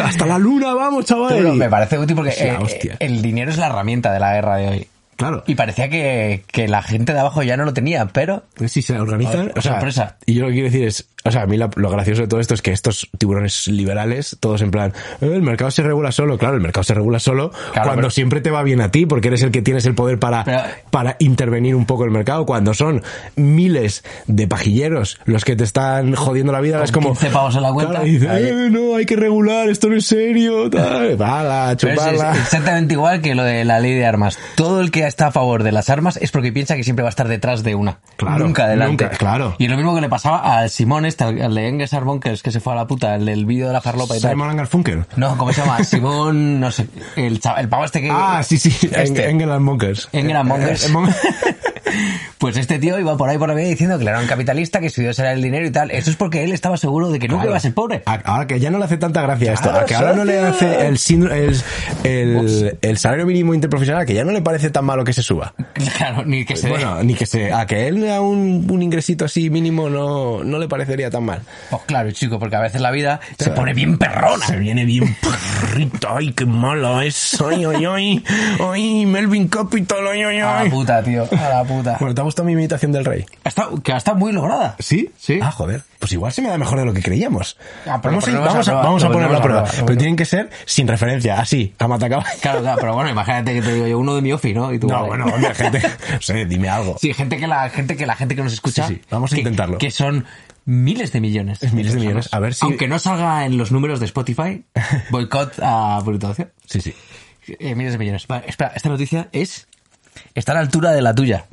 A: Hasta la luna, vamos, chaval.
B: Pero me parece útil porque
A: Es la
B: eh,
A: hostia.
B: eh, el dinero es la herramienta de la guerra de hoy.
A: Claro.
B: Y parecía que, que la gente de abajo ya no lo tenía, pero
A: Pues si se organizan.
B: Joder, sorpresa.
A: Y yo lo que quiero decir es, o sea, a mí la- lo gracioso de todo esto es que estos tiburones liberales, todos en plan, "Eh, el mercado se regula solo. Claro, el mercado se regula solo cuando
B: pero-
A: siempre te va bien a ti, porque eres el que tienes el poder para,
B: Pero-
A: para intervenir un poco el mercado. Cuando son miles de pajilleros los que te están jodiendo la vida, es como.
B: 15 pavos en la cuenta.
A: Claro, y dices,
B: Ahí.
A: "Eh, no, hay que regular, esto no es serio, tal. Hala,
B: pero es, es
A: chuparla.
B: exactamente igual que lo de la ley de armas. Todo el que está a favor de las armas es porque piensa que siempre va a estar detrás de una.
A: Claro,
B: nunca adelante.
A: nunca, claro.
B: Y es lo mismo que le pasaba al Simón, este, al al de Engels que es que se fue a la puta, el del vídeo de la farlopa y tal.
A: Simon and Garfunkel.
B: No, ¿cómo se llama? Simón, no sé. El, chava- el pavo este que.
A: Ah, sí, sí,
B: Este.
A: Engel and Monkers.
B: Engel and Mongers.
A: Eh, eh, Mon-
B: Pues este tío iba por ahí por la vida diciendo que él era un capitalista, que su dios era el dinero y tal. Eso es porque él estaba seguro de que nunca
A: Claro.
B: iba a ser pobre.
A: A- Ah, Ahora que ya no le hace tanta gracia esto,
B: Claro,
A: a que ahora no le
B: socio.
A: hace el, síndro- el, el, el salario mínimo interprofesional, que ya no le parece tan malo que se suba.
B: Claro, ni que se
A: Pues Bueno, ni que se, a que él a un, un ingresito así mínimo no, no le parecería tan mal.
B: Pues claro, chico, porque a veces la vida se
A: Claro.
B: pone bien perrona.
A: Se viene bien perrito, ay, qué malo es, ay, ay, ay, ay, Melvin Capital, ay, ay,
B: A la
A: ay.
B: Ah, puta, tío. A la puta.
A: Bueno, ¿te ha gustado mi imitación del rey?
B: Ha estado- que ha estado muy lograda.
A: ¿Sí?
B: Sí.
A: Ah, joder. Pues igual se me da mejor de lo que creíamos.
B: Ah, pero
A: vamos, a,
B: lo ponemos a
A: vamos, a,
B: prueba,
A: vamos a
B: lo
A: ponerlo a
B: ponemos
A: prueba.
B: a prueba, lo
A: Pero
B: ponemos.
A: tienen que ser sin referencia, así, a matacaballo.
B: Claro, claro, pero bueno, imagínate que te digo yo uno de mi ofi, ¿no? Y tú,
A: No,
B: vale.
A: bueno, hombre, gente. No sé, dime algo.
B: Sí, gente que la gente que la gente que nos escucha.
A: Sí, sí, vamos a
B: que-
A: intentarlo.
B: Que son miles de millones.
A: Miles de
B: personas.
A: millones. A ver si-
B: Aunque no salga en los números de Spotify, boicot a Bruto Ocio.
A: Sí, sí.
B: Eh, miles de millones. Vale, espera, esta noticia es. Está a la altura de la tuya.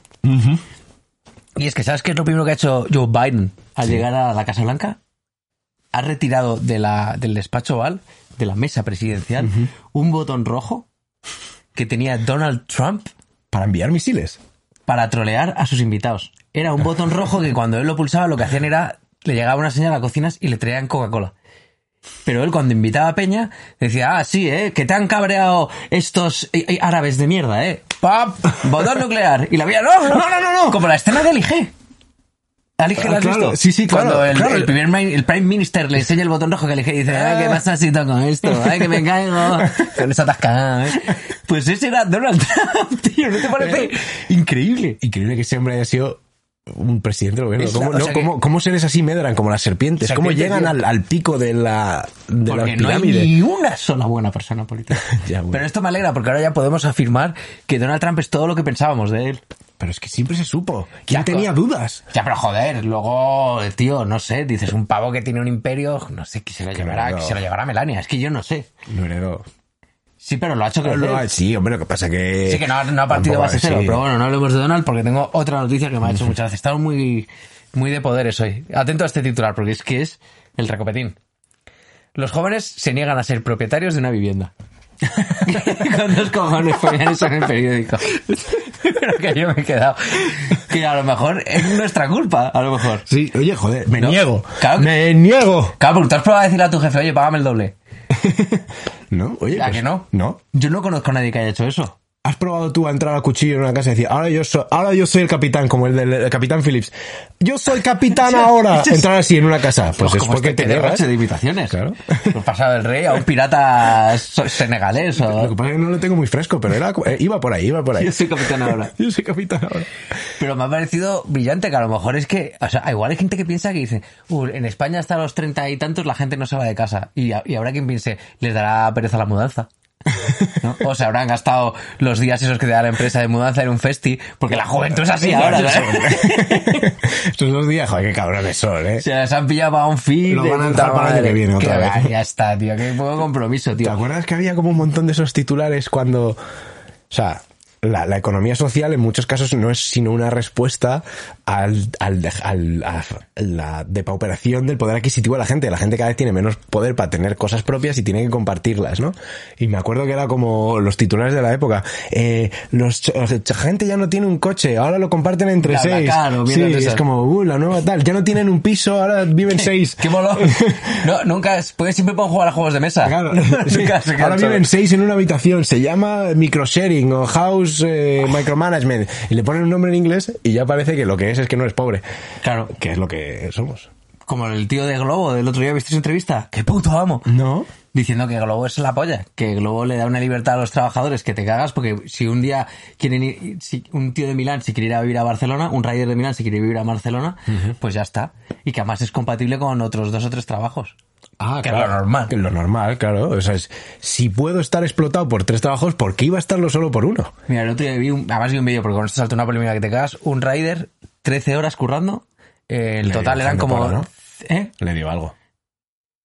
B: Y es que, ¿sabes qué es lo primero que ha hecho Joe Biden al llegar a la Casa Blanca? Ha retirado de la, del despacho oval, de la mesa presidencial, un botón rojo que tenía Donald Trump
A: Para enviar misiles.
B: para trolear a sus invitados. Era un botón rojo que cuando él lo pulsaba lo que hacían era, le llegaba una señal a cocinas y le traían Coca-Cola. Pero él cuando invitaba a Peña decía, ah, sí, ¿eh? Que te han cabreado estos eh, eh, árabes de mierda, ¿eh? ¡Pap! ¡Botón nuclear! Y la veía, no, no, no, no, no. Como la escena de Alige. Alige,
A: Ah,
B: ¿la has
A: claro.
B: visto?
A: Sí, sí, claro,
B: Cuando el,
A: claro.
B: el primer main- el prime minister le enseña el botón rojo que Alige y dice, ay, ¿qué pasa si toco esto? Ay, que me caigo. Con esa atascada, ¿eh? Pues ese era Donald Trump, tío. ¿No te parece increíble?
A: Increíble que ese hombre haya sido un presidente del gobierno.
B: Es la-
A: ¿Cómo,
B: o
A: no?
B: sea que-
A: ¿Cómo- cómo seres así medran como las serpientes? ¿Cómo
B: Serpientes,
A: llegan
B: tío.
A: al, al pico de la, de la
B: Porque no hay
A: pirámide?
B: ni una sola buena persona política.
A: Ya, bueno.
B: Pero esto me alegra porque ahora ya podemos afirmar que Donald Trump es todo lo que pensábamos de él.
A: Pero es que siempre se supo. ¿Quién
B: Ya,
A: tenía
B: co-
A: dudas?
B: Ya, pero joder, luego, tío, no sé, dices un pavo que tiene un imperio, no sé, que se lo llevará,
A: Claro.
B: que se lo llevará Melania, es que yo no sé.
A: No heredó.
B: Sí, pero lo ha hecho crecer.
A: No, sí, hombre, lo que pasa que...
B: Sí, que no, ha- no ha partido
A: Tampoco-
B: base cero,
A: sí.
B: pero bueno, no hablemos de Donald porque tengo otra noticia que me ha hecho muchas veces. Estamos muy, muy de poderes hoy. Atento a este titular porque es que es el recopetín. Los jóvenes se niegan a ser propietarios de una vivienda. Con dos cojones ponían eso en el periódico. Pero que yo me he quedado. Que a lo mejor es nuestra culpa, a lo mejor.
A: Sí, oye, joder, me
B: No,
A: niego.
B: claro que-
A: Me niego.
B: Claro, porque tú has probado a decirle a tu jefe, oye, págame el doble.
A: No, oye.
B: ¿A
A: pues,
B: que no?
A: No.
B: Yo no conozco a nadie que haya hecho eso.
A: ¿Has probado tú a entrar a cuchillo en una casa y decir, ahora yo soy, ahora yo soy el capitán, como el del el capitán Phillips? Yo soy capitán ahora. Entrar así en una casa. Pues
B: Pues
A: es
B: como
A: porque
B: este
A: te
B: que
A: niegas.
B: derroche de invitaciones.
A: Claro.
B: Pues pasado del rey a un pirata so- senegalés
A: Lo que
B: o...
A: pasa es que no lo tengo muy fresco, pero era, eh, iba por ahí, iba por ahí.
B: Yo soy capitán ahora.
A: Yo soy capitán ahora.
B: Pero me ha parecido brillante que a lo mejor es que... O sea, igual hay gente que piensa que dice, "Uh, en España hasta los treinta y tantos la gente no se va de casa. Y, a- y habrá quien piense, les dará pereza la mudanza. ¿no? O se habrán gastado los días esos que te da la empresa de mudanza en un festi, porque la juventud es así ahora. ¿eh? ¿no?
A: Estos dos días, joder, qué cabrones son, eh.
B: Se las han pillado para un fin.
A: Lo
B: de
A: van a
B: puta
A: entrar para el año
B: madre.
A: que viene otra
B: Que-
A: vez.
B: Ya está, tío. Qué poco compromiso,
A: ¿Te
B: tío.
A: acuerdas que había como un montón de esos titulares cuando. O sea, la, la economía social en muchos casos no es sino una respuesta al, al, dej- al- a la depauperación del poder adquisitivo de la gente. La gente cada vez tiene menos poder para tener cosas propias y tiene que compartirlas, ¿no? Y me acuerdo que era como los titulares de la época. eh, los ch- la gente ya no tiene un coche, ahora lo comparten entre
B: La
A: seis.
B: Blacar o
A: sí,
B: mierdas de
A: es
B: esas.
A: como, uh, la nueva tal. Ya no tienen un piso, ahora viven seis.
B: ¡Qué molón! No, nunca, es- porque siempre pueden jugar a juegos de mesa.
A: Claro. Sí.
B: nunca se
A: Ahora
B: cansan.
A: viven seis en una habitación. Se llama microsharing o house eh, micromanagement. Y le ponen un nombre en inglés y ya parece que lo que es es que no eres pobre.
B: Claro,
A: Que es lo que somos.
B: como el tío de Globo del otro día, ¿viste su entrevista? ¡Qué puto amo!
A: No.
B: Diciendo que Globo es la polla, que Globo le da una libertad a los trabajadores que te cagas, porque si un día quieren ir, si un tío de Milán se quiere ir a vivir a Barcelona, un rider de Milán se quiere vivir a Barcelona, pues ya está. Y que además es compatible con otros dos o tres trabajos.
A: Ah,
B: Que es lo normal.
A: Que es lo normal, claro. O sea, es- si puedo estar explotado por tres trabajos, ¿por qué iba a estarlo solo por uno?
B: Mira, el otro día vi un, además vi un vídeo, porque con esto saltó una polémica que te cagas, un rider, 13 horas currando, eh, el
A: Le
B: total
A: dio
B: eran
A: Fernando
B: como...
A: Polo, ¿no?
B: ¿Eh?
A: Le digo algo.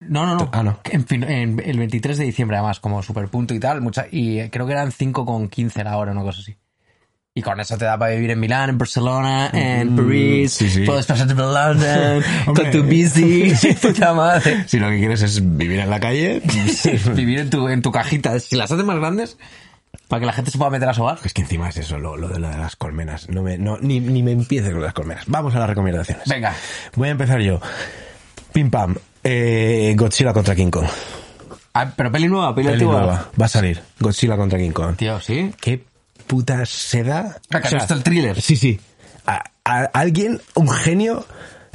B: No, no, no.
A: Ah, no.
B: En fin, en- el 23 de diciembre, además, como superpunto y tal. Mucha, y eh, creo que eran 5,15 la hora, una cosa así. Y con eso te da para vivir en Milán, en Barcelona, en
A: Mm,
B: París.
A: sí, sí.
B: Puedes pasarte por London,
A: Hombre.
B: con tu bici. puta madre.
A: Si lo que quieres es vivir en la calle,
B: Vivir en tu, en tu cajita. Si las haces más grandes, para que la gente se pueda meter a sobar.
A: es que encima es eso, lo, lo de, lo de las colmenas. No me, no, ni, ni me empieces con las colmenas. Vamos a las recomendaciones.
B: Venga.
A: Voy a empezar yo. Pim pam. Eh, Godzilla contra King Kong.
B: Ah, pero peli nueva, peli,
A: Peli
B: antigua.
A: nueva. Va a salir. Godzilla contra King Kong.
B: Tío, ¿sí?
A: Qué puta seda.
B: Ah, que has visto el thriller.
A: Sí, sí. A- a- alguien, un genio.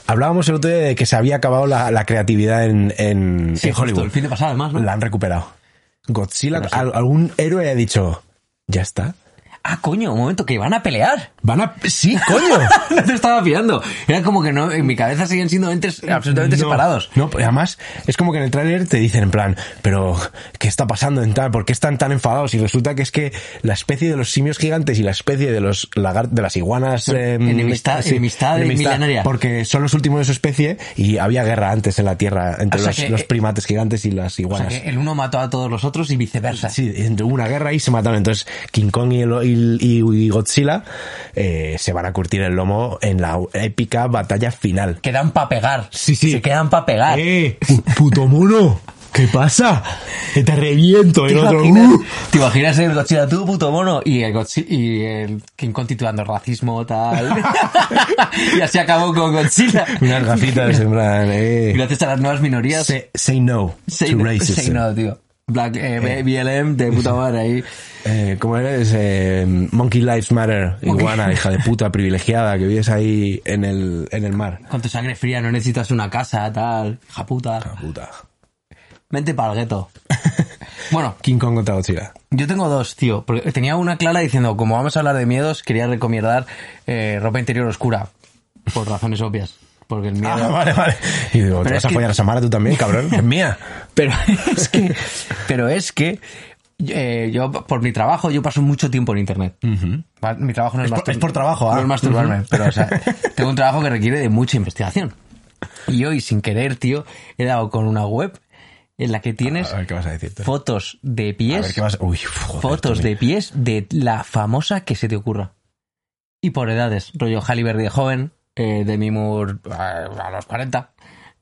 A: Hablábamos el otro día de que se había acabado la, la creatividad en, en,
B: Sí,
A: en
B: justo,
A: Hollywood.
B: el fin de pasado, además, ¿no?
A: La han recuperado. Godzilla,
B: Pero sí.
A: al- algún héroe ha dicho, ya está.
B: Ah, coño, un momento, que van a pelear.
A: Van a... Sí, coño.
B: no te estaba pillando. Era como que no, en mi cabeza siguen siendo entes absolutamente
A: No,
B: separados.
A: No, pero además es como que en el tráiler te dicen en plan, pero ¿qué está pasando en tal? ¿Por qué están tan enfadados? Y resulta que es que la especie de los simios gigantes y la especie de los lagar- de las iguanas em,
B: Son enemistad- enemistad milenaria.
A: porque son los últimos de su especie y había guerra antes en la Tierra entre
B: O sea
A: los,
B: que- eh,
A: los primates gigantes y las
B: O sea
A: iguanas.
B: que el uno mató a todos los otros y viceversa.
A: Sí, entre- hubo una guerra y se mataron. Entonces, King Kong y, el- y- y- y Godzilla eh, se van a curtir el lomo en la épica batalla final.
B: Quedan para pegar.
A: Sí, sí.
B: Se quedan para pegar.
A: ¡Eh! pu- ¡Puto mono! ¿Qué pasa? Que te reviento
B: ¿Te
A: el otro.
B: imaginas,
A: ¡uh!
B: te imaginas el Godzilla, tú puto mono? Y el, Godzi- y el King Kong titulando racismo, tal. y así acabó con Godzilla.
A: Unas gafitas en plan, eh.
B: Gracias a las nuevas minorías.
A: Say, say no
B: Say
A: to
B: no-
A: racism.
B: say no, tío. Black eh, BLM de puta madre ahí.
A: Eh, ¿Cómo eres? Eh, Monkey Lives Matter, iguana, hija de puta privilegiada que vives ahí en el, en el mar.
B: Con tu sangre fría no necesitas una casa, tal. Hija puta.
A: Ah, Puta.
B: Vente para el gueto. bueno,
A: King Kong contra Godzilla.
B: yo tengo dos, tío. Porque tenía una clara diciendo, como vamos a hablar de miedos, quería recomendar eh, ropa interior oscura. Por razones obvias. Porque el miedo...
A: Ah, vale, vale. Y digo, ¿te
B: Pero
A: vas
B: es
A: a
B: que-
A: follar a Samara tú también, cabrón? Es mía.
B: Pero es que... Pero es que... eh, yo, por mi trabajo, yo paso mucho tiempo en internet. Va- Mi trabajo no es,
A: Es por-
B: mastur-
A: es por trabajo, ah.
B: No es masturbarme, pero o sea, tengo un trabajo que requiere de mucha investigación. Y hoy, sin querer, tío, he dado con una web en la que tienes
A: A ver qué vas a decir. tú.
B: fotos de
A: A
B: pies.
A: ver qué vas. Uy, joder,
B: fotos
A: tú,
B: de pies de la famosa que se te ocurra. Y por edades, rollo Halliburton de joven, eh, Demi Moore eh, a los 40,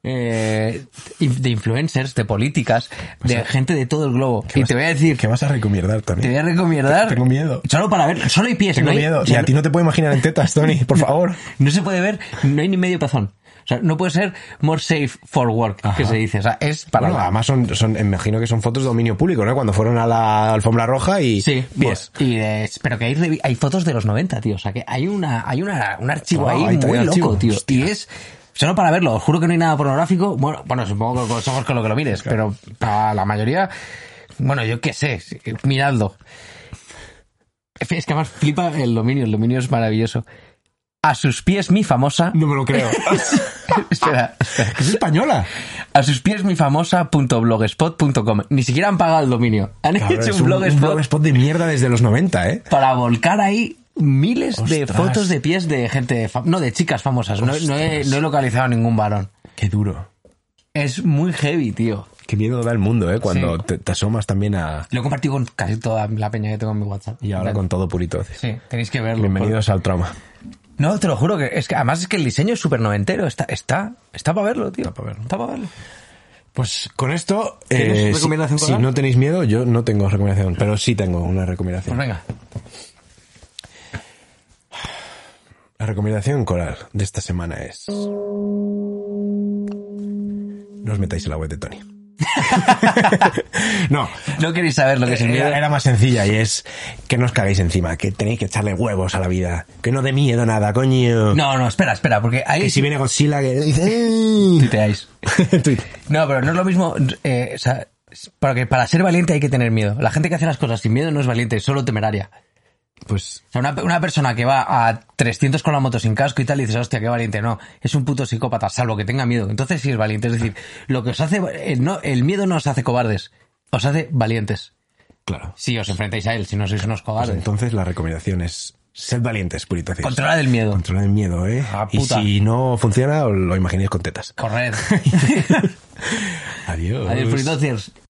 B: eh, inf- de influencers, de políticas, de gente de todo el globo. Y
A: vas-
B: te voy a decir,
A: ¿Qué vas a recomendar, Tony?
B: te voy a recomendar...
A: Tengo miedo.
B: Solo para ver, solo hay pies.
A: Tengo
B: no hay-
A: miedo.
B: o sea,
A: y a ti no te puedo imaginar en tetas, Tony, por favor.
B: no se puede ver, no hay ni medio pezón. O sea, no puede ser more safe for work, que se dice. O sea, es para...
A: Bueno, además son, son, imagino que son fotos de dominio público, ¿no? Cuando fueron a la alfombra roja y
B: Sí,
A: pies.
B: bueno, y de- pero que hay, revi- hay fotos de los 90, tío. O sea, que hay una hay una, un archivo
A: Ah,
B: ahí
A: ahí está
B: muy
A: el
B: loco,
A: archivo.
B: tío.
A: Hostia.
B: Y es solo para verlo. Os juro que no hay nada pornográfico. Bueno, bueno supongo que con los ojos con lo que lo mires, pero para la mayoría, bueno, yo qué sé, miradlo. Es que además flipa el dominio, el dominio es maravilloso. A sus pies mi famosa...
A: No me lo creo.
B: espera, espera.
A: es española.
B: A sus pies mi famosa.blogspot.com. Ni siquiera han pagado el dominio. Han
A: Cabrón,
B: hecho
A: es
B: un, blogspot
A: blogspot de mierda desde los 90, ¿eh?
B: para volcar ahí miles de
A: Ostras.
B: fotos de pies de gente, fam- no, de chicas famosas. No, no he, no he localizado ningún varón.
A: Qué duro.
B: Es muy heavy, tío.
A: Qué miedo da el mundo, ¿eh? Cuando te, te asomas también a...
B: Lo he compartido con casi toda la peña que tengo en mi WhatsApp.
A: Y ahora con todo purito.
B: Sí, tenéis que verlo.
A: Bienvenidos al trauma.
B: No, te lo juro que es que además es que el diseño es súper noventero. Está, está, está para verlo, tío.
A: Está pa' verlo.
B: Está para verlo.
A: Pues con esto,
B: ¿Tienes
A: eh, si-
B: recomendación
A: si,
B: para dar?
A: no tenéis miedo, yo no tengo recomendación, pero sí tengo una
B: Pues
A: recomendación.
B: venga.
A: La recomendación coral de esta semana es... No os metáis en la web de Tony. no,
B: No queréis saber lo que es el miedo.
A: Eh, era, era más sencilla y es que no os caguéis encima, que tenéis que echarle huevos a la vida, que no dé miedo nada, coño.
B: No, no, espera, espera, porque ahí
A: Que si
B: sí
A: viene Godzilla que dice... "Eh".
B: tuiteáis.
A: Tuit.
B: No, pero no es lo mismo. eh, o sea, porque para ser valiente hay que tener miedo. La gente que hace las cosas sin miedo no es valiente, es solo temeraria.
A: Pues
B: O sea, una, una persona que va a 300 con la moto sin casco y tal y dices, hostia, qué valiente. No, es un puto psicópata, salvo que tenga miedo. Entonces sí es valiente. Es decir, lo que os hace. eh, no, el miedo no os hace cobardes, os hace valientes.
A: claro.
B: Si os enfrentáis a él, si no sois unos
A: Pues
B: cobardes.
A: entonces la recomendación es sed valientes, puritos.
B: Controlad el miedo.
A: Controlar el miedo, ¿eh?
B: Ah,
A: y
B: puta.
A: si no funciona, os lo imaginéis con tetas.
B: Corred.
A: Adiós.
B: Adiós, Puritociers.